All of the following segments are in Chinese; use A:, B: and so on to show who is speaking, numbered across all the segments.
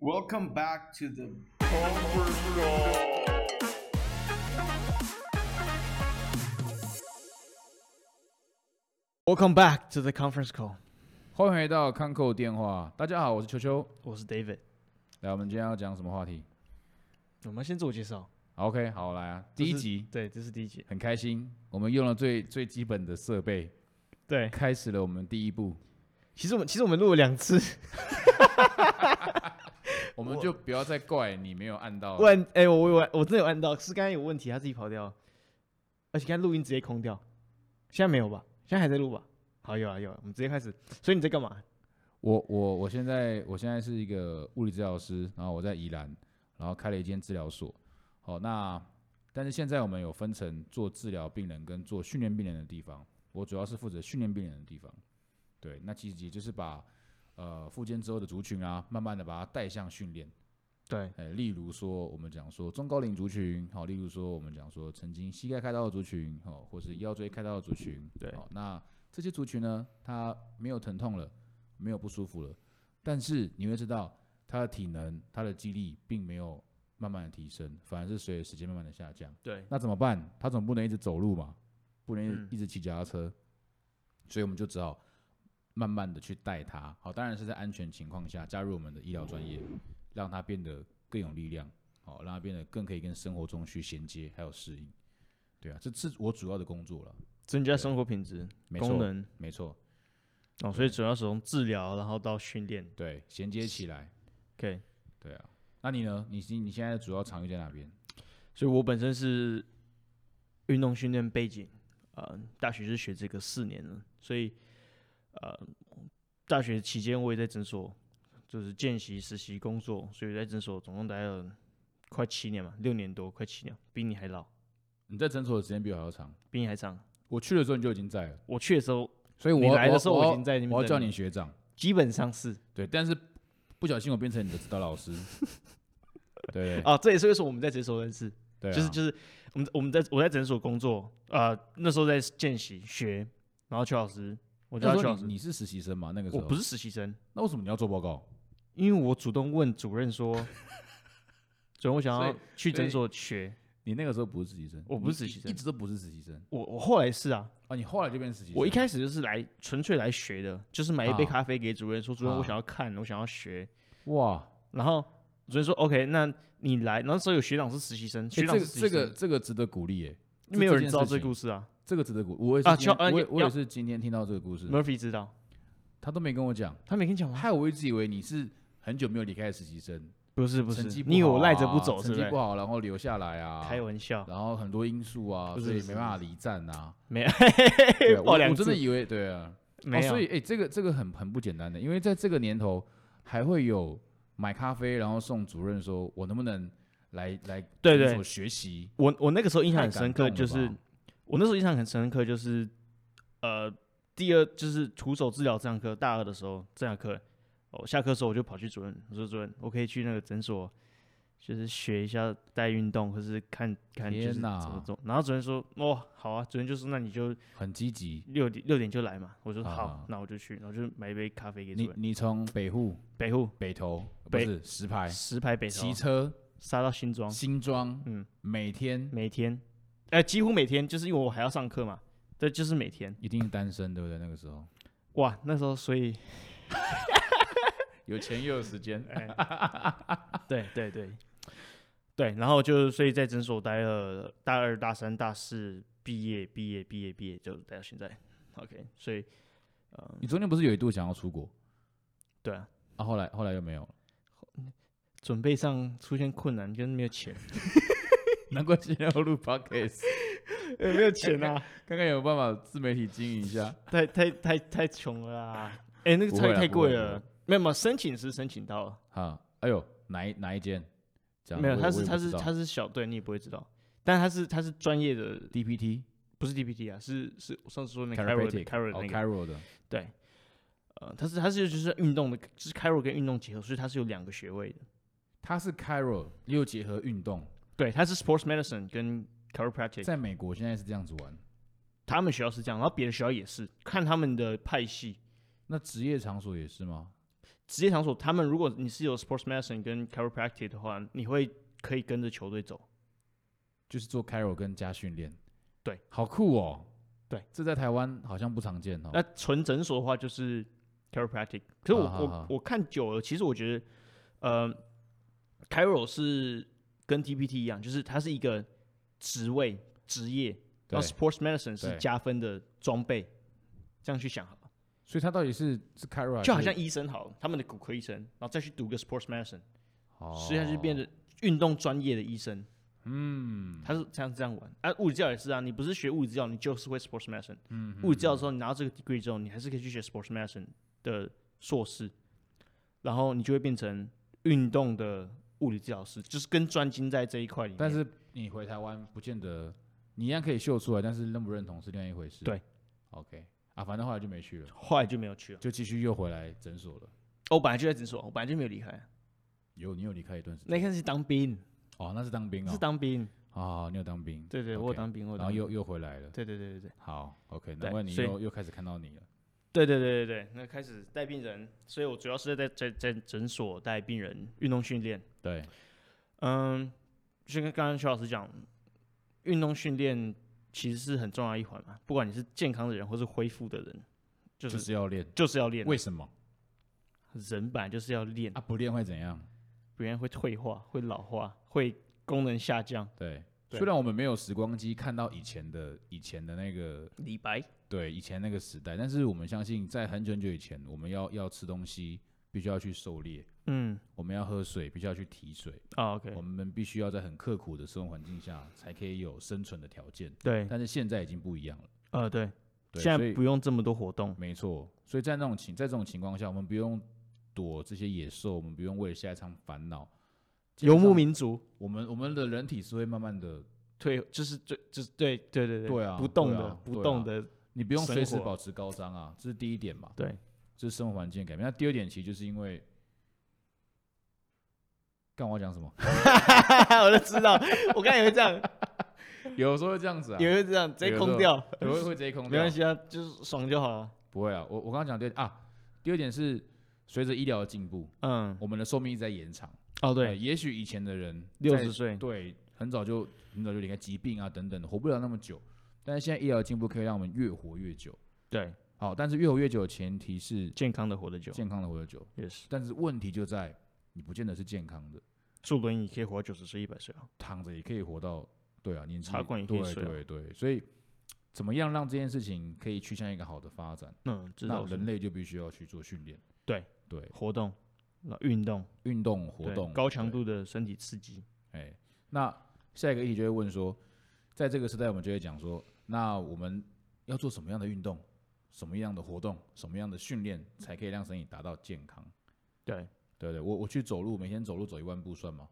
A: Welcome back to the Bomber Show.
B: ，Welcome back to the conference call。
C: 欢迎回到康扣电话。大家好，我是球球。
B: 我是 David，
C: 来，我们今天要讲什么话题
B: 我们先自我介绍。
C: 好？OK，好，来啊，
B: 这
C: 第
B: 是
C: 一集
B: 对，这是第一集。
C: 很开心，我们用了最最基本的设备，
B: 对，
C: 开始了我们第一步。
B: 其实我们其实我们录了两次，
C: 我们就不要再怪你没有按到。
B: 问 哎、我我我我真的有按到，是刚才有问题，他自己跑掉，而且刚才录音直接空掉，现在没有吧？现在还在录吧？好，有啊有啊，我们直接开始。所以你在干嘛？
C: 我我我现在我现在是一个物理治疗师，然后我在宜兰，然后开了一间治疗所。好，那但是现在我们有分成做治疗病人跟做训练病人的地方，我主要是负责训练病人的地方。对，那其实也就是把呃复健之后的族群啊，慢慢的把它带向训练。
B: 对
C: 哎，例如说我们讲说中高龄族群，好，例如说我们讲说曾经膝盖开刀的族群，好，或是腰椎开刀的族群，
B: 对
C: 好，那这些族群呢，他没有疼痛了，没有不舒服了，但是你会知道他的体能、他的肌力并没有慢慢的提升，反而是随着时间慢慢的下降。
B: 对
C: 那怎么办？他总不能一直走路嘛，不能一直
B: 嗯
C: 一直骑脚踏车，所以我们就只好慢慢的去带他。好，当然是在安全情况下加入我们的医疗专业，让他变得更有力量，好，让他变得更可以跟生活中去衔接还有适应。对啊，这是我主要的工作了。
B: 增加生活品质、
C: 没
B: 功
C: 错，
B: 能
C: 没错，
B: 哦，所以主要是从治疗，然后到训练。
C: 对，衔接起来。
B: OK，
C: 对啊，那你呢？你你你现在的主要场域在哪边？
B: 所以我本身是运动训练背景，呃，大学是学这个四年了，所以呃，大学期间我也在诊所，就是见习、实习、工作，所以在诊所总共待了快七年嘛，六年多，快七年，比你还老，
C: 你在诊所的时间比我还要长。
B: 比你还长。
C: 我去的时候你就已经在了，
B: 我去的时候，
C: 所以我
B: 你来的
C: 我
B: 时候
C: 我
B: 我
C: 要
B: 已经在那边
C: 我要叫
B: 等
C: 你
B: 你
C: 学长。
B: 基本上是
C: 对，但是不小心我变成你的指导老 师。对
B: 啊，这也是为什么我们在诊所认识，
C: 对啊，
B: 哦就是就是我们我们在我在诊所工作，呃，那时候在见习学，然后邱老师，我叫
C: 那
B: 他邱
C: 时
B: 老
C: 候
B: 师
C: 你，你是实习生嘛？那个时
B: 我
C: 候
B: 不是，实习生。
C: 那为什么你要做报告？
B: 因为我主动问主任 说，主任我想
C: 所
B: 要
C: 以
B: 去诊所学，
C: 你那个时候不是实习生，
B: 我不是实习
C: 你一
B: 生
C: 一直都不是实习生
B: 我我后来是啊，
C: 啊！你后来就变实习生，
B: 我一开始就是来纯粹来学的，就是买一杯
C: 啊
B: 咖啡给主任说，主任
C: 啊
B: 我想要看，我想要学，
C: 哇，
B: 然后主任说 OK，那你来，然后那时候有学长是实习生，
C: 欸
B: 学
C: 这
B: 长
C: 个
B: 是实习
C: 这个
B: 生，
C: 这个值得鼓励耶，这
B: 没有人
C: 件
B: 知道
C: 事
B: 这个
C: 情
B: 故事啊
C: 这个值得鼓，我也是
B: 啊
C: 今天
B: 乔呃
C: 我也
B: 要
C: 我也是今天听到这个故事，
B: ，Murphy 知道，
C: 他都没跟我讲，
B: 他没跟你讲吗？
C: 害我一直以为你是很久没有离开的实习生，
B: 不是不
C: 成绩
B: 是，
C: 不
B: 你以为
C: 好
B: 我赖着
C: 啊
B: 不走是不
C: 成绩
B: 是
C: 不？好，然后留下来啊，
B: 开玩笑，
C: 然后很多因素啊，
B: 不是
C: 所以
B: 不是
C: 没办法离站啊。
B: 没
C: 对 啊
B: 爆
C: 我
B: 两
C: 我真的
B: 次
C: 以为对啊，
B: 没
C: 哦、
B: 有
C: 所以，哎、这个这个很很不简单的，因为在这个年头还会有买咖啡，然后送主任说，我能不能来来
B: 对
C: 诊
B: 对
C: 所学习？
B: 我我那个时候印象很
C: 太
B: 深
C: 感
B: 刻，
C: 动
B: 就
C: 了
B: 是
C: 吧
B: 我那时候印象很深刻，就是呃，第二就是徒手治疗这堂课，大二的时候这堂课，哦，下课的时候我就跑去主任，我说主任，我可以去那个诊所，就是学一下带运动，或是看看就是
C: 天
B: 怎
C: 哪
B: 么做。然后主任说，哦，好啊，主任就说那你就
C: 很积极。
B: 六点六点就来嘛，我说好，
C: 啊
B: 那我就去，然后就买一杯咖啡给主
C: 你
B: 任。
C: 你从北户
B: 北户
C: 北投不
B: 北
C: 是石牌
B: 石牌北头
C: 骑车
B: 杀到新庄，
C: 新庄，
B: 嗯
C: 每天
B: 每天，呃，几乎每天，就是因为我还要上课嘛，对，就是每天。
C: 一定是单身，对不对？那个 时候
B: 哇，那时候所以
C: 有钱又有时间，
B: 哎 对对对对，然后就所以在诊所待了大二、大三、大四，毕业、毕业、毕业、毕业，就待到现在。OK，所以呃，
C: 你中间不是有一度想要出国
B: 对啊，
C: 啊？后来后来又没有了，
B: 准备上出现困难跟没有钱，
C: 难怪现在要录 podcast，
B: 没有钱啊，
C: 看看有没有办法自媒体经营一下。
B: 太太太太穷了啦！哎、那个
C: 不
B: 菜
C: 会啦
B: 太
C: 不
B: 贵
C: 会啊不
B: 了，没有没有，申请是申请到了，
C: 啊，哎呦，哪一哪一间？讲
B: 没有，
C: 我
B: 他
C: 我
B: 是
C: 也
B: 他
C: 不知
B: 是
C: 道
B: 他是小队，你也不会知道，但他是他是专业的，
C: DPT
B: 不是 DPT 啊，是是我上次说那
C: c
B: 个 c a
C: a r
B: r
C: o
B: o
C: t
B: t
C: i c
B: c a r o t 那个
C: c a r o 哦的，
B: 对，呃，它是它是就是运动的，就是 Cairo 跟运动结合，所以它是有两个学位的。
C: 它是 c a r o 又结合运动，
B: 对，它是 Sports Medicine 跟 Chiropractic，
C: 在美国现在是这样子玩。
B: 他们学校是这样，然后别的学校也是，看他们的派系。
C: 那职业场所也是吗？
B: 职业场所，他们如果你是有 sports medicine 跟 chiropractic 的话，你会可以跟着球队走。
C: 就是做 Caro 跟加训练，
B: 对，
C: 好酷哦，
B: 对，呃
C: 这在台湾好像不常见哦。
B: 那纯诊所的话就是 chiropractic，可是我、
C: 啊啊啊
B: 我我看久了，其实我觉得，呃，chiro 是跟 TPT 一样，就是它是一个职位职业，
C: 对
B: 然后 sports medicine 哦是
C: 对
B: 加分的装备，这样去想好了。
C: 所以他到底是是 Caro 还
B: 就好
C: 是
B: 像医生好了，他们的骨科医生，然后再去读个 sports medicine，
C: 哦
B: 实际上是变成运动专业的医生。
C: 嗯，
B: 他是这样这样玩。啊，物理治疗也是啊，你不是学物理治疗，你就是会 sports medicine。嗯物理治疗之后，你拿到这个 degree 之后，你还是可以去学 sports medicine 的硕士，然后你就会变成运动的物理治疗师，就是更专精在这一块里面。
C: 但是你回台湾不见得你一样可以秀出来，但是认不认同是另外一回事。
B: 对
C: ，OK 啊，反正后来就没去了，
B: 后来就没有去了。
C: 就继续又回来诊所了。
B: 哦我本来就在诊所，我本来就没有离开。
C: 有你有离开一段时
B: 那
C: 间
B: 天是当兵，
C: 哦，那是当兵
B: 是
C: 哦，
B: 当兵。
C: 啊，你有当兵，
B: 对对，
C: OK
B: 我有当兵，我有
C: 然
B: 当
C: 后
B: 兵。
C: 又又回来了。
B: 对对对对对
C: 好，OK，
B: 对
C: 难怪你
B: 所以
C: 又又开始看到你了。
B: 对对对对对，那开始带病人，所以我主要是在在在诊所带病人运动训练。
C: 对，
B: 嗯，就跟刚刚徐老师讲，运动训练其实是很重要一环嘛，不管你是健康的人或是恢复的人，就、
C: 就是是要练，
B: 就是要练，
C: 为什么
B: 人本来就是要练，
C: 啊？不练会怎样？
B: 不然会退化、会老化、会功能下降。
C: 对，
B: 对
C: 虽然我们没有时光机看到以前的以前的那个
B: 李白，
C: 对以前那个时代，但是我们相信在很久很久以前，我们要要吃东西必须要去狩猎，
B: 嗯，
C: 我们要喝水必须要去提水，
B: 啊，OK，
C: 我们必须要在很刻苦的生活环境下才可以有生存的条件。
B: 对，
C: 但是现在已经不一样了，
B: 呃，对，
C: 对，
B: 现
C: 所
B: 在
C: 以
B: 不用这么多活动，
C: 没错，所以在那种情在这种情况下，我们不用躲这些野兽，我们不用为了下一场烦恼。基本
B: 游牧
C: 上
B: 民族
C: 我们我们的人体是会慢慢的，
B: 退，就是最，就是对，对对对，
C: 对啊
B: 不动
C: 对
B: 的，
C: 啊对
B: 不
C: 啊
B: 动的，
C: 你不用
B: 生
C: 随时
B: 活
C: 保持高涨啊，这是第一点嘛。
B: 对，
C: 这是生活环境的改变。那第二点其实就是因为，干我要讲什么？
B: 我就知道，我刚才也会这样，
C: 有时候会这样子啊，
B: 也会这样，直接
C: 有时候
B: 空掉，
C: 有时候会直接空
B: 没
C: 掉
B: 关。系啊，就是爽就好了，
C: 不会啊，我我刚刚讲第二啊，第二点是随着医疗的进步，
B: 嗯，
C: 我们的寿命一直在延长。
B: 哦
C: 呃
B: 对，
C: 也许以前的人
B: 六
C: 在
B: 十岁，
C: 对，很早就很早就离开疾病啊等等的，活不了那么久。但是现在医疗进步可以让我们越活越久。
B: 对，
C: 好，但是越活越久的前提是
B: 健康的活得久，
C: 健康的活得久。
B: 也是。
C: 但是问题就在你不见得是健康的，
B: 坐轮椅可以活九十岁、一百岁啊，
C: 躺着也可以活到对啊，年纪
B: 插管也可以
C: 对
B: 睡啊
C: 对对，所以怎么样让这件事情可以趋向一个好的发展？
B: 嗯，知
C: 那
B: 道
C: 人类就必须要去做训练，
B: 对
C: 对，
B: 活动、那运动、
C: 运动活
B: 对
C: 动
B: 高强
C: 对
B: 度的身体刺激，
C: 哎，那下一个议题就会问说，在这个时代，我们就会讲说，那我们要做什么样的运动，什么样的活动，什么样的训练，才可以让身体达到健康？
B: 对，
C: 对不对，我我去走路，每天走路走一万步算吗？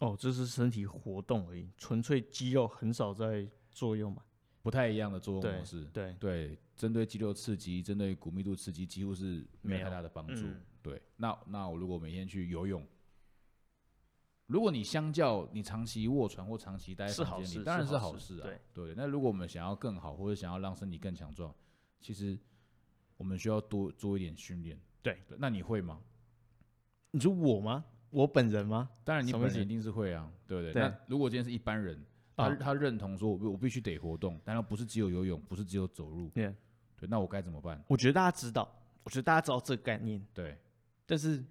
B: 哦，这是身体活动而已，纯粹肌肉很少在作用嘛，
C: 不太一样的作用模
B: 对
C: 式。
B: 对，
C: 对，针对肌肉刺激，针对骨密度刺激，几乎是
B: 没
C: 没有太
B: 有
C: 大的帮助。
B: 嗯
C: 对，那那我如果每天去游泳，如果你相较你长期卧床或长期待在
B: 是
C: 房
B: 好
C: 间里，
B: 事
C: 当然
B: 是
C: 是
B: 好
C: 好
B: 事
C: 事啊。
B: 对
C: 对，那如果我们想要更好，或者想要让身体更强壮，其实我们需要多做一点训练。
B: 对，
C: 那你会吗？
B: 你说我吗？我本人吗？
C: 当然，你
B: 什么
C: 本
B: 意思
C: 人一定是会啊，对不对？
B: 对
C: 那如果今天是一般人，他、
B: 啊
C: 他认同说我必，我必须得活动，当然不是只有游泳，不是只有走路。
B: 对，
C: 对，那我该怎么办？
B: 我觉得大家知道，我觉得大家知道这个概念，
C: 对，
B: 但是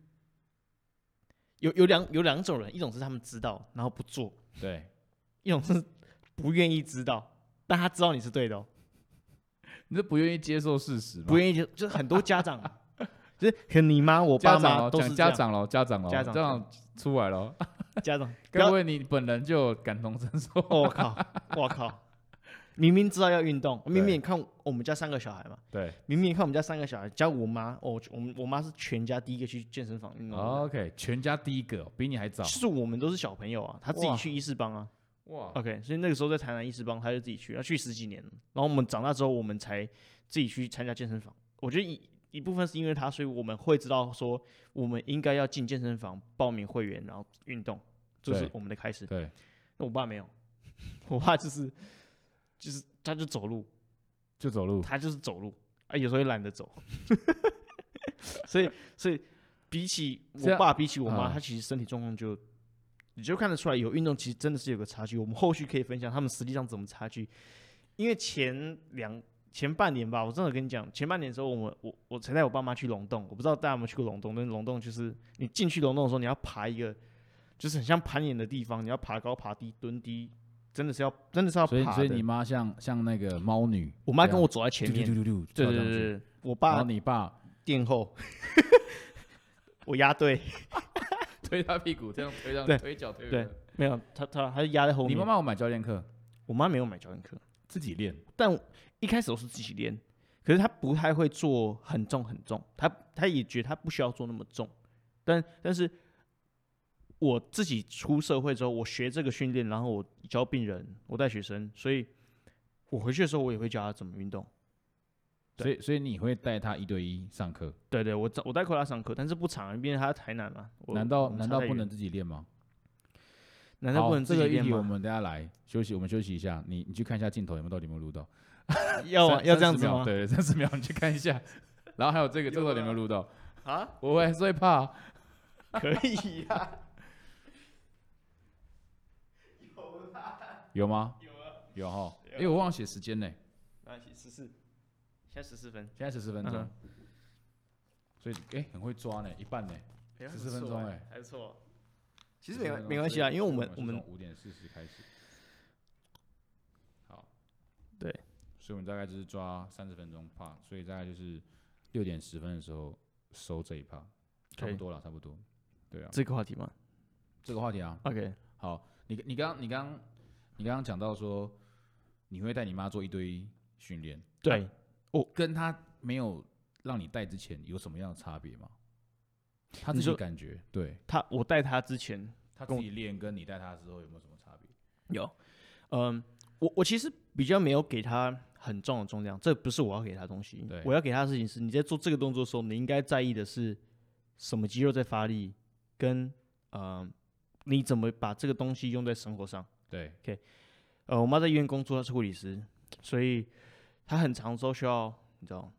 B: 有有两有两种人，一种是他们知道然后不做，
C: 对，
B: 一种是不愿意知道，但他知道你是对的、哦。
C: 你是不愿意接受事实吗？
B: 不愿意就就是很多家长，就是可能你妈我
C: 家
B: 爸
C: 长
B: 妈
C: 哦，
B: 都是
C: 讲
B: 这样
C: 家长喽，家长喽，
B: 家长
C: 家长出来了。
B: 家长，不
C: 各
B: 要
C: 位，你本人就有感同身受。
B: 我靠我靠，明明知道要运动，明明看我们家三个小孩嘛，
C: 对
B: 明明看我们家三个小孩，加我妈，哦，我们我妈是全家第一个去健身房运动的人，
C: ，OK，全家第一个哦，比你还早
B: 就。是我们都是小朋友啊，她自己
C: 哇
B: 去伊士邦啊
C: 哇，
B: ，OK，所以那个时候在台南伊士邦，她就自己去，要去十几年了，然后我们长大之后，我们才自己去参加健身房，我觉得一。一部分是因为她，所以我们会知道说，我们应该要进健身房报名会员，然后运动，这是
C: 对
B: 我们的开始。
C: 对，
B: 那我爸没有， 我爸就是就是他就走路，
C: 就走 路。
B: 他就是走路啊，有时候也懒得走，所以所以比起
C: 这
B: 我
C: 样
B: 爸，比起我妈，
C: 啊
B: 他其实身体状况就你就看得出来，有运动其实真的是有个差距。我们后续可以分享他们实际上怎么差距，因为前两前半年吧，我真的跟你讲，前半年的时候我，们我我才带我爸妈去龙洞，我不知道大家有没有去过龙洞，但是龙洞就是你进去龙洞的时候，你要爬一个就是很像攀岩的地方，你要爬高、爬低、蹲低，真的是要真的是要爬
C: 所以
B: 的。
C: 所以你啊妈像像那个猫女，
B: 我妈
C: 这
B: 跟
C: 样
B: 我走在前面，
C: 嘟嘟嘟嘟
B: 对
C: 跳
B: 对
C: 上
B: 对
C: 去，
B: 对，对我
C: 然后
B: 爸
C: 你爸
B: 垫 后，我压对。
C: 推她屁股，这样推上
B: 对
C: 推脚推
B: 对没有，他他他压在后
C: 你
B: 面。
C: 妈妈有买教练课，
B: 我妈没有买教练课，
C: 自己练，
B: 但一开始我是自己练，可是她不太会做很重很重，她她也觉得她不需要做那么重，但但是我自己出社会之后，我学这个训练，然后我教病人，我带学生，所以我回去的时候我也会教她怎么运动。对
C: 所以所以你会带她一对一上课，
B: 对对，我在我带过她上课，但是不长，因为她在台南嘛。我
C: 难道
B: 我们
C: 难
B: 差
C: 道
B: 太
C: 不
B: 远
C: 能自己练吗？
B: 难道
C: 好
B: 不能自
C: 这
B: 己
C: 个议
B: 练
C: 题我
B: 吗？
C: 们等下来休息，我们休息一下，你你去看一下镜头有没有到底有没有录到。
B: 要啊
C: 三
B: 要这样
C: 30
B: 子
C: 秒
B: 吗？
C: 对，三十秒你去看一下。然后还有这个，这个你有没有录到？
B: 啊，
C: 我会最怕。
B: 可以呀、
C: 有吗？有啊，有哈。哎，我忘了写时间呢，
B: 来十四，现在十四分。
C: 现在十四分钟
B: 嗯，
C: 所以哎，很会抓呢，一半呢。
B: 哎
C: 14分钟哎，
B: 还不错。其实
C: 14
B: 没
C: 分钟
B: 没关系啊，
C: 所以
B: 因为我们
C: 所以
B: 我
C: 是
B: 们
C: 从五点四十开始。好，
B: 对，
C: 所以我们大概就是抓三十分钟怕，所以大概就是六点十分的时候收这一趴，差
B: 可
C: 不
B: 以
C: 多了，差不多。对啊，
B: 这个话题嘛
C: 这个话题啊，
B: ，OK，
C: 好，你你刚你刚你刚刚讲到说，你会带你妈做一堆训练，哦
B: 对，
C: 跟她没有让你带之前有什么样的差别吗？她
B: 你
C: 自己
B: 说
C: 感觉，对
B: 他我带他之前
C: 她自
B: 跟我
C: 己练跟你带她之后有没有什么差别？
B: 有，嗯，我我其实比较没有给他很重的重量，这不是我要给他的东西
C: 对，
B: 我要给他的事情是，你在做这个动作的时候，你应该在意的是什么肌肉在发力，跟呃你怎么把这个东西用在生活上。
C: 对，
B: 呃，我妈在医院工作，她是护理师，所以她很长时候需要你知道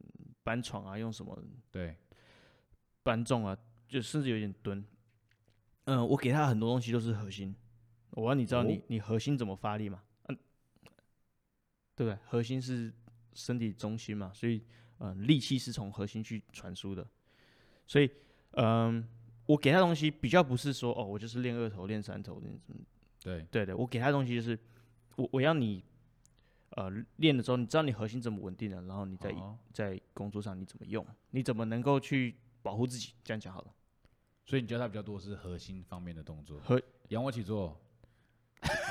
B: 嗯搬床啊，用什么
C: 对，
B: 搬重啊，就甚至有点蹲。嗯、我给他很多东西都是核心，我要你知道你、
C: 哦
B: 你核心怎么发力嘛，嗯，对不对？核心是身体中心嘛，所以嗯、呃力气是从核心去传输的，所以嗯、我给他东西比较不是说哦，我就是练二头、练三头、练什么，
C: 对，
B: 对对，我给他的东西就是我我要你呃练的时候，你知道你核心怎么稳定的，然后你再
C: 好
B: 在工作上你怎么用，你怎么能够去保护自己？这样讲好了。
C: 所以你教她比较多是核心方面的动作，
B: 核
C: 仰卧起坐，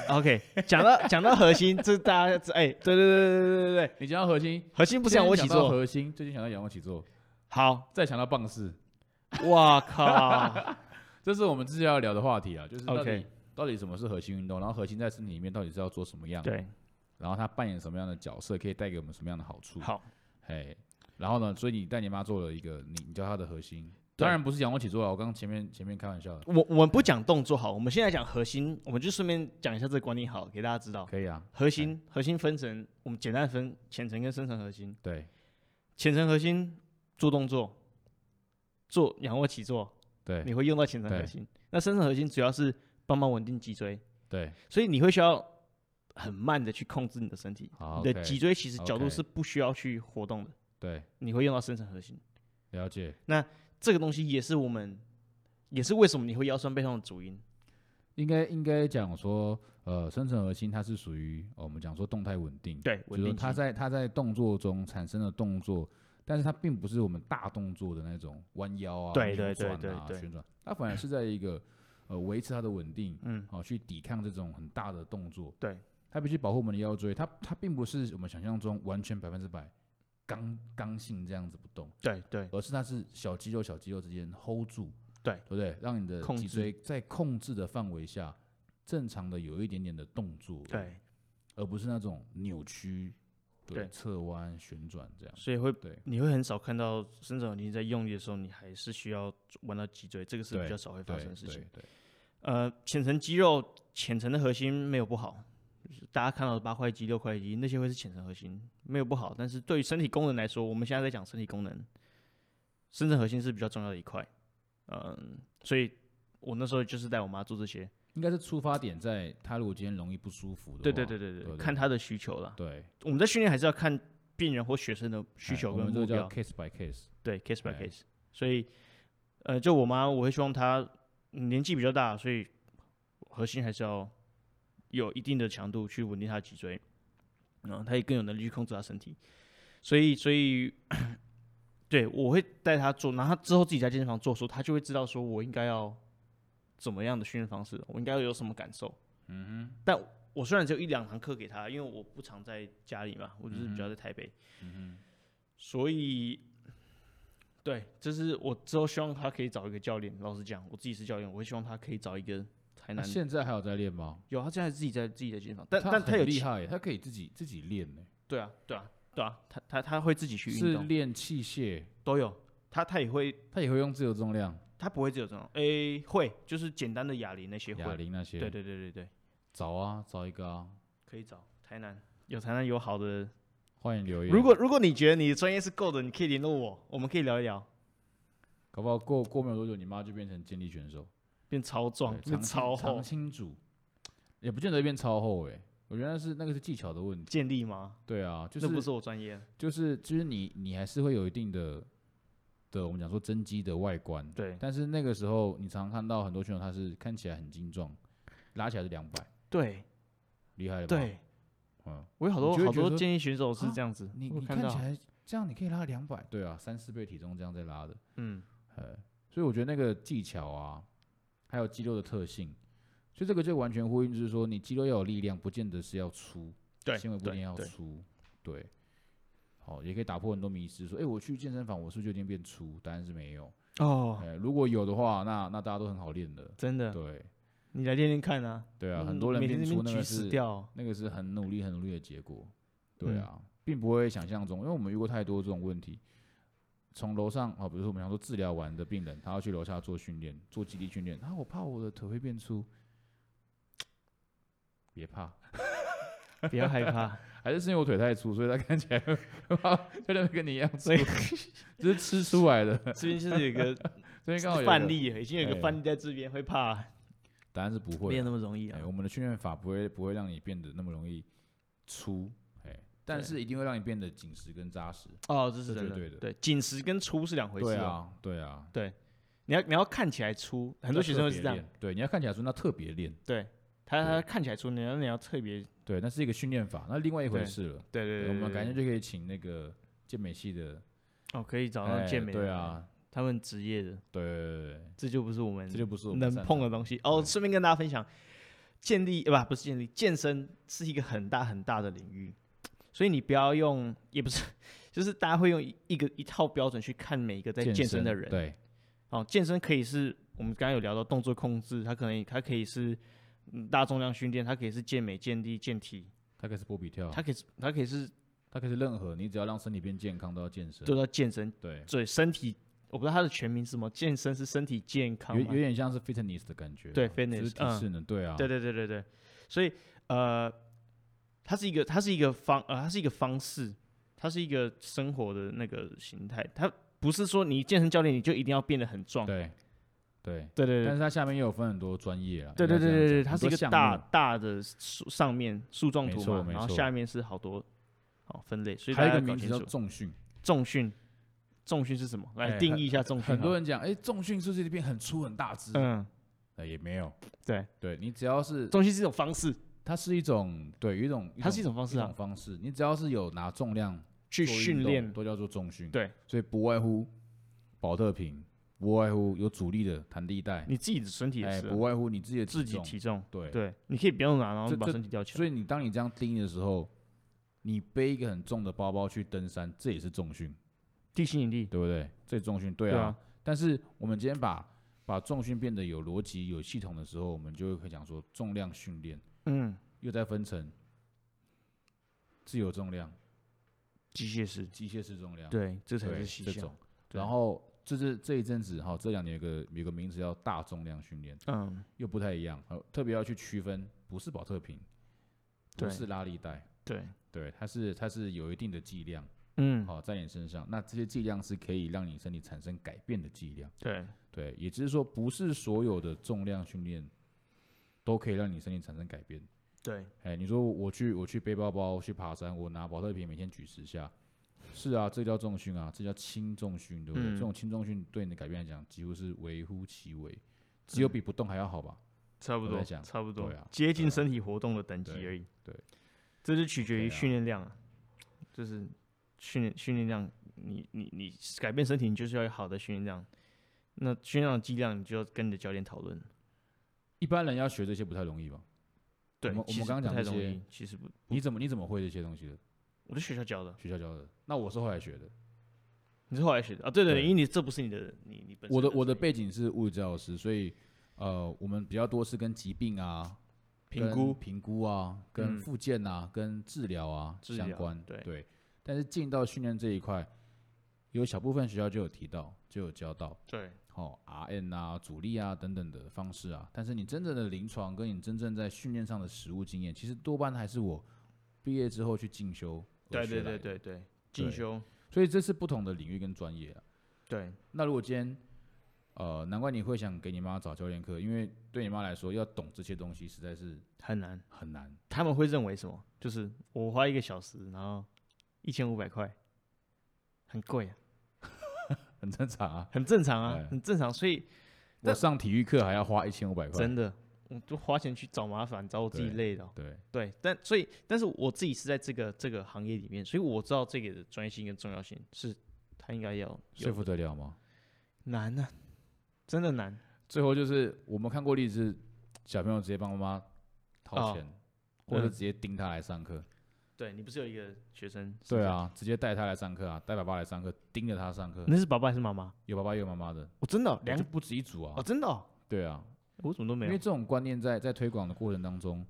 B: OK，讲到 讲到核心，这大家知哎、对对对对对对对，
C: 你讲到核心，
B: 核心不
C: 不
B: 是仰卧起坐。
C: 核心，最近想到仰卧起坐，
B: 好，
C: 再想到棒式，
B: 哇靠，
C: 这是我们之前要聊的话题啊，就是到底
B: OK
C: 到底什么是核心运动，然后核心在身体里面到底是要做什么样，
B: 对，
C: 然后它扮演什么样的角色，可以带给我们什么样的好处，
B: 好，
C: 哎，然后呢，所以你带你妈做了一个，你你教她的核心，
B: 对
C: 当然不是仰卧起坐啊，我刚刚前面前面开玩笑的，
B: 我我们不讲动作好，我们现在讲核心，我们就顺便讲一下这个观念好，给大家知道。
C: 可以啊，
B: 核心核心分成，我们简单分浅层跟深层核心。
C: 对
B: 浅层核心做动作，做仰卧起坐，
C: 对
B: 你会用到浅层核
C: 对
B: 心。那深层核心主要是帮忙稳定脊椎，
C: 对，
B: 所以你会需要很慢的去控制你的身体，
C: 好，
B: 你
C: OK，
B: 的脊椎其实角度
C: OK
B: 是不需要去活动的，
C: 对，
B: 你会用到深层核心。
C: 了解，
B: 这个东西也是我们，也是为什么你会腰酸背痛的主因。
C: 应该应该讲说，呃，深层核心它是属于、呃我们讲说动态稳定，
B: 对，
C: 就
B: 稳
C: 是说
B: 定
C: 它
B: 性。
C: 在它在动作中产生的动作，但是它并不是我们大动作的那种弯腰啊、
B: 对
C: 扭
B: 对对
C: 转
B: 对
C: 啊、
B: 对
C: 旋转，它反而是在一个呃维持它的稳定，
B: 嗯，
C: 好、去抵抗这种很大的动作。
B: 对，
C: 它必须保护我们的腰椎，它它并不是我们想象中完全百分之百刚刚性这样子不动，
B: 对对
C: 而是它是小肌肉小肌肉之间 hold 住，
B: 对
C: 对不对？让你的
B: 控
C: 脊
B: 制
C: 椎在控制的范围下，正常的有一点点的动作，，
B: 对，
C: 而不是那种扭曲。对，
B: 对
C: 侧弯、旋转这样。
B: 所以会
C: 对
B: 你会很少看到深层核心在用力的时候，你还是需要玩到脊椎，这个是
C: 对
B: 比较少会发
C: 对
B: 生的事
C: 对
B: 情。
C: 对
B: 呃，浅层肌肉、浅层的核心没有不好，就是大家看到的八块肌、六块肌那些会是浅层核心，没有不好。但是对于身体功能来说，我们现在在讲身体功能，深层核心是比较重要的一块。嗯，所以我那时候就是带我妈做这些，
C: 应该是出发点在他如果今天容易不舒服的话，
B: 对对对对
C: 对
B: 对，看她的需求啦。
C: 对
B: 我们在训练还是要看病人或学生的需
C: 哎
B: 求
C: 我
B: 跟
C: 们这
B: 目
C: 个
B: 标
C: 叫，case by case，
B: 对 case by
C: 哎
B: case。所以，呃，就我妈，我会希望她嗯年纪比较大，所以核心还是要有一定的强度去稳定她的脊椎，然后她也更有能力去控制她身体。所以，所以对我会带她做，然后她之后自己在健身房做的时候，她就会知道说我应该要怎么样的训练方式，我应该要有什么感受。嗯哼。但我虽然只有一两堂课给她，因为我不常在家里嘛，我就是比较在台北，嗯哼，所以对，就是我之后希望他可以找一个教练。老实讲，我自己是教练，我会希望他可以找一个台
C: 他
B: 南。
C: 啊现在还有在练吗？
B: 有，他现在自己在自己的健身房，但
C: 他
B: 但他
C: 很
B: 有
C: 厉
B: 其，
C: 害耶，他可以自己自己练呢，
B: 对啊，对啊，对啊，他他他会自己去运
C: 是
B: 动，
C: 练器械，
B: 都有。他他也会，
C: 他也会用自由重量、
B: 他不会只有这种，诶、会就是简单的哑铃那些
C: 哑
B: 会。
C: 铃那些，
B: 对对对对对，
C: 找啊找一个啊，
B: 可以找台南有台南有好的。
C: 欢迎留言。
B: 如果如果你觉得你的专业是够的，你可以联络我，我们可以聊一聊。
C: 搞不好过过没有多久，你妈就变成健力选手，
B: 变超壮，
C: 对
B: 变超厚
C: 常，青组，也不见得变超厚诶、我觉得那是那个是技巧的问题。
B: 建立吗？
C: 对啊，就
B: 那不
C: 是
B: 是我专业。
C: 就是就是你你还是会有一定的的我们讲说增肌的外观，
B: 对
C: 但是那个时候你常看到很多选手他是看起来很精壮，拉起来是两百，
B: 对
C: 厉害了吧？，
B: 对，
C: 嗯，
B: 我有好多
C: 你就会
B: 好
C: 觉得
B: 多
C: 说
B: 建议选手是
C: 啊
B: 这样子，
C: 你
B: 我
C: 你
B: 看
C: 看
B: 到
C: 起，来这样你可以拉两百，对啊，三四倍体重这样在拉的，
B: 嗯，
C: 呃，所以我觉得那个技巧啊，还有肌肉的特性，所以这个就完全呼应，就是说你肌肉要有力量，不见得是要粗，
B: 对，
C: 纤维不一定
B: 对
C: 要
B: 对
C: 粗，对。好，也可以打破很多迷思，说，哎、我去健身房，我是不是就一定变粗？答案是没有。
B: 哦，
C: 哎，如果有的话，那那大家都很好练的。
B: 真的，
C: 对
B: 你来练练看啊，
C: 对啊，
B: 嗯
C: 很多人
B: 每天
C: 变
B: 那
C: 出
B: 边
C: 那
B: 举
C: 个
B: 死
C: 是
B: 掉，
C: 那个是很努力很努力的结果。对
B: 嗯
C: 啊，并不会想象中，因为我们遇过太多这种问题。从楼上啊，比如说我们想说治疗完的病人，他要去楼下做训练，做肌力训练，啊，我怕我的腿会变粗，别怕，
B: 不要害怕，
C: 还是是因为我腿太粗，所以他看起来 真的跟你一样粗， 这是吃出来的。
B: 这边就是有一个
C: 所以刚好有一
B: 范
C: 个，
B: 例，已经有一个
C: 哎
B: 范例在这边，会怕，
C: 答案是不会
B: 没
C: 啊
B: 有那么容易
C: 哎、
B: 啊，
C: 我们的训练法不会不会让你变得那么容易粗，哎、但
B: 对
C: 是一定会让你变得紧实跟扎实。
B: 哦，这是
C: 这
B: 真
C: 绝对的
B: 对，紧实跟粗是两回
C: 对
B: 事哦，
C: 啊，对啊，
B: 你要你要看起来粗，很多
C: 要
B: 学
C: 特
B: 生会是
C: 别
B: 这样
C: 练，，对，你要看起来说那特别练，
B: 对他他看起来粗，你要你要特别，
C: 对，那是一个训练法，那另外一回
B: 对
C: 事了。
B: 对对
C: 对
B: 对，
C: 我们改
B: 感
C: 天
B: 觉
C: 就可以请那个健美系的，
B: 哦，可以找
C: 哎
B: 到健美，
C: 对，啊，
B: 他们职业的，
C: 对对对对，
B: 这就不是我们
C: 这就不是我们
B: 能
C: 擅
B: 碰
C: 长
B: 的东西。哦，
C: 对
B: 顺便跟大家分享，建立呃不不是建立，健身是一个很大很大的领域，所以你不要用，也不是， 就是大家会用一一个一套标准去看每一个在健身的人。
C: 对，
B: 哦，健身可以是我们刚刚有聊到动作控制，它可能它可以是嗯大重量训练，它可以是健美、健力、健体，
C: 它可以是波比跳，
B: 它可以是它可以是
C: 它可以是任何，你只要让身体变健康都要健身。
B: 都叫健身，
C: 对，
B: 对身体。我不知道它的全名是什么，健身是身体健康
C: 有
B: 吗
C: 有点像是 fitness 的感觉啊，
B: 对
C: 只是
B: fitness，
C: 体
B: 嗯
C: 适能，对啊，
B: 对对对对对，所以呃，它是一个它是一个方呃它是一个方式，它是一个生活的那个形态，它不是说你健身教练你就一定要变得很壮，对
C: 对对，
B: 对对对
C: 但是它下面也有分很多专业啊。
B: 对
C: 应该
B: 对对对，
C: 这样讲
B: 它是一
C: 很多
B: 个
C: 项
B: 大
C: 目
B: 大的树上面树状
C: 没
B: 图
C: 错
B: 嘛，
C: 没
B: 然后
C: 错
B: 下面是好多好分类，所以
C: 还
B: 大
C: 有
B: 家
C: 一个
B: 要搞
C: 名字
B: 清
C: 叫
B: 楚
C: 重训。
B: 重训，重训是什么？
C: 哎
B: 来定义一下重训好了，
C: 很多人讲，哎，重训是不是变很粗很大只？
B: 嗯，
C: 哎，也没有。
B: 对
C: 对，你只要是
B: 重训是一种方式，
C: 它是一种对，有一种
B: 它是一种
C: 种
B: 方
C: 一
B: 式啊
C: 种，方式，你只要是有拿重量
B: 去
C: 做
B: 训
C: 运动
B: 练，
C: 都叫做重训。
B: 对，
C: 所以不外乎保特瓶，不外乎有阻力的弹力带，
B: 你自己的身体也
C: 哎，
B: 是啊、
C: 不外乎你自己的
B: 自己
C: 重
B: 体重。
C: 对。
B: 对，你可以不用拿，然后
C: 这
B: 把
C: 这
B: 身体吊起来。
C: 所以你当你这样定义的时候，你背一个很重的包包去登山，这也是重训。
B: 地心引力，
C: 对不对？这重训对啊，
B: 对啊
C: 但是我们今天把把重训变得有逻辑、有系统的时候，我们就会可以讲说重量训练
B: 嗯，
C: 又再分成自由重量、
B: 机械式，
C: 机械式重量，
B: 对，这
C: 对，
B: 才是西
C: 这
B: 向。
C: 种。
B: 对
C: 然后这是这一阵子哈，这两年有个有个名词叫大重量训练，
B: 嗯，
C: 又不太一样，呃特别要去区分，不是保特瓶，不
B: 对
C: 是拉力带，
B: 对，
C: 对，它是它是有一定的剂量，
B: 嗯，
C: 好、在你身上。那这些剂量是可以让你身体产生改变的剂量，
B: 对，
C: 对，也就是说，不是所有的重量训练都可以让你身体产生改变。
B: 对，
C: 哎，你说我去我去背包包去爬山，我拿保特瓶每天举十下，是啊，这叫重训啊，这叫轻重训，对不对？
B: 嗯
C: 这种轻重训对你的改变来讲，几乎是微乎其微，只有比不动还要好吧？
B: 差不
C: 我在
B: 多，
C: 想
B: 差不多
C: 对啊，
B: 接近身体活动的等级
C: 对
B: 而已。
C: 对，
B: 这是取决
C: 对
B: 于
C: 啊
B: 训练量啊，就是训练训练量，你你你改变身体，你就是要有好的训练量。那训练量的剂量，你就要跟你的教练讨论。
C: 一般人要学这些不太容易吧？
B: 对，
C: 我们我
B: 其
C: 们
B: 实
C: 刚刚
B: 不
C: 讲
B: 太
C: 这
B: 容
C: 些
B: 易，其实不，
C: 你怎么你怎么会这些东西的？
B: 我在学校教的，
C: 学校教的？那我是后来学的，
B: 你是后来学的啊？对对对，
C: 对
B: 因为你这不是你的，你你本身
C: 我的我的
B: 所以
C: 背景是物理治疗师，所以呃，我们比较多是跟疾病啊、
B: 评
C: 跟
B: 估，
C: 评估啊、跟
B: 嗯
C: 复健啊、跟治疗啊
B: 治
C: 相
B: 疗
C: 关。
B: 对
C: 但是进到训练这一块，有小部分学校就有提到，就有教到，
B: 对
C: 哦，RN 啊、阻力啊等等的方式啊。但是你真正的临床跟你真正在训练上的实务经验，其实多半还是我毕业之后去进修
B: 对
C: 而学
B: 对
C: 来
B: 对
C: 的。
B: 对对，进
C: 对
B: 修，
C: 所以这是不同的领域跟专业啊。
B: 对
C: 那如果今天，呃，难怪你会想给你妈找教练课，因为对你妈来说，要懂这些东西实在是
B: 很难。
C: 很难。
B: 他们会认为什么？就是我花一个小时，然后一千五百块，很贵啊，
C: 很正常 啊，
B: 很正常啊
C: 哎，
B: 很正常。所以
C: 我上体育课还要花一千五百块
B: 真，的，我就花钱去找麻烦，找我自己
C: 对
B: 累的哦、
C: 对，
B: 对，但所以，但是我自己是在这个这个行业里面，所以我知道这个的专业性跟重要性是他应该要
C: 说
B: 有
C: 服得了吗？
B: 难啊，真的难。
C: 最后就是我们看过例子，小朋友直接帮妈妈掏
B: 哦
C: 钱，或者
B: 嗯
C: 直接盯他来上课。
B: 对你不是有一个学生？是
C: 对
B: 这样，
C: 啊，嗯直接带他来上课啊，带爸爸来上课，盯着他上课，
B: 那是爸爸还是妈妈？
C: 有爸爸也有妈妈的，
B: 我真的哦两
C: 就不止一组啊
B: 哦，。真的哦，
C: 对啊，
B: 我怎么都没
C: 因为
B: 有
C: 这。种观念在在推广的过程当中，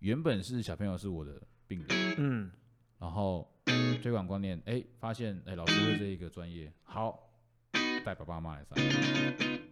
C: 原本是小朋友是我的病人。
B: 嗯，
C: 然后推广观念，哎，发现哎，老师会这一个专业，好，带爸爸妈妈来上，